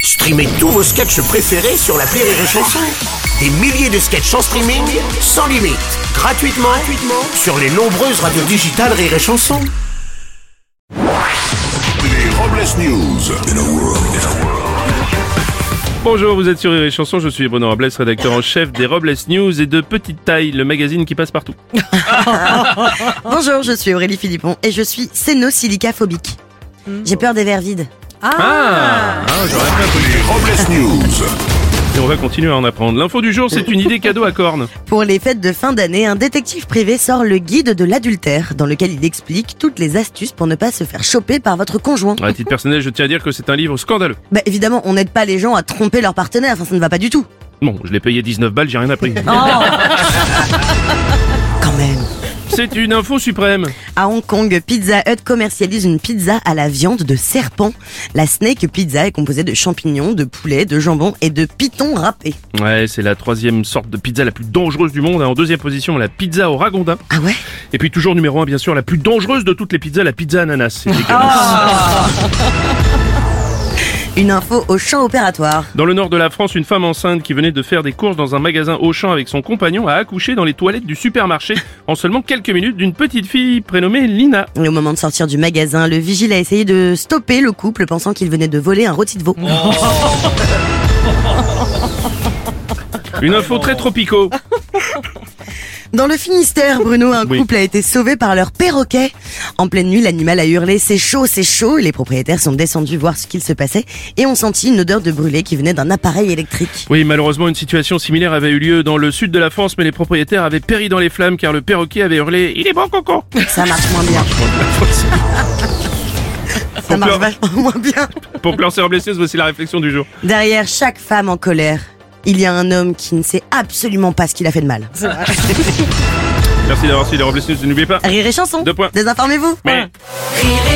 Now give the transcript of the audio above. Streamez tous vos sketchs préférés sur la Rire et Chanson. Des milliers de sketchs en streaming, sans limite, gratuitement, gratuitement sur les nombreuses radios digitales Rire et Chanson. Les Robles News. In a world, in a world. Bonjour, vous êtes sur Rire et Chanson, je suis Bruno Robles, rédacteur en chef des Robles News et de Petite Taille, le magazine qui passe partout. Bonjour, je suis Aurélie Philippon et je suis cénosilicaphobie. J'ai peur des verres vides. Ah, hein, j'aurais pas pu. Les Robles News. Et on va continuer à en apprendre. L'info du jour, c'est une idée cadeau à cornes. Pour les fêtes de fin d'année, un détective privé sort le guide de l'adultère, dans lequel il explique toutes les astuces pour ne pas se faire choper par votre conjoint. À titre personnel, je tiens à dire que c'est un livre scandaleux. Bah évidemment, on n'aide pas les gens à tromper leur partenaire, enfin ça ne va pas du tout. Bon, je l'ai payé 19 balles, j'ai rien appris. Quand même. C'est une info suprême. À Hong Kong, Pizza Hut commercialise une pizza à la viande de serpent. La snake pizza est composée de champignons, de poulet, de jambon et de pitons râpés. Ouais, c'est la troisième sorte de pizza la plus dangereuse du monde. hein. En deuxième position, la pizza au ragondin. Ah ouais Et puis toujours numéro un, bien sûr, la plus dangereuse de toutes les pizzas, la pizza ananas. C'est dégueulasse. Une info au champ opératoire. Dans le nord de la France, une femme enceinte qui venait de faire des courses dans un magasin Auchan avec son compagnon a accouché dans les toilettes du supermarché en seulement quelques minutes d'une petite fille prénommée Lina. Et au moment de sortir du magasin, le vigile a essayé de stopper le couple pensant qu'il venait de voler un rôti de veau. Oh. Une info très tropicaux. Dans le Finistère, Bruno, un Oui. couple a été sauvé par leur perroquet. En pleine nuit, l'animal a hurlé c'est chaud, c'est chaud. Les propriétaires sont descendus voir ce qu'il se passait et ont senti une odeur de brûlé qui venait d'un appareil électrique. Oui, malheureusement, une situation similaire avait eu lieu dans le sud de la France, mais les propriétaires avaient péri dans les flammes car le perroquet avait hurlé Il est bon, coco Ça marche moins bien. Ça marche vachement moins bien. Pour clore ces blesseuse, voici la réflexion du jour. Derrière chaque femme en colère, il y a un homme qui ne sait absolument pas ce qu'il a fait de mal. Merci d'avoir suivi les Robles News, n'oubliez pas. Rire et chanson. Deux points. Désinformez-vous. Mais- Rire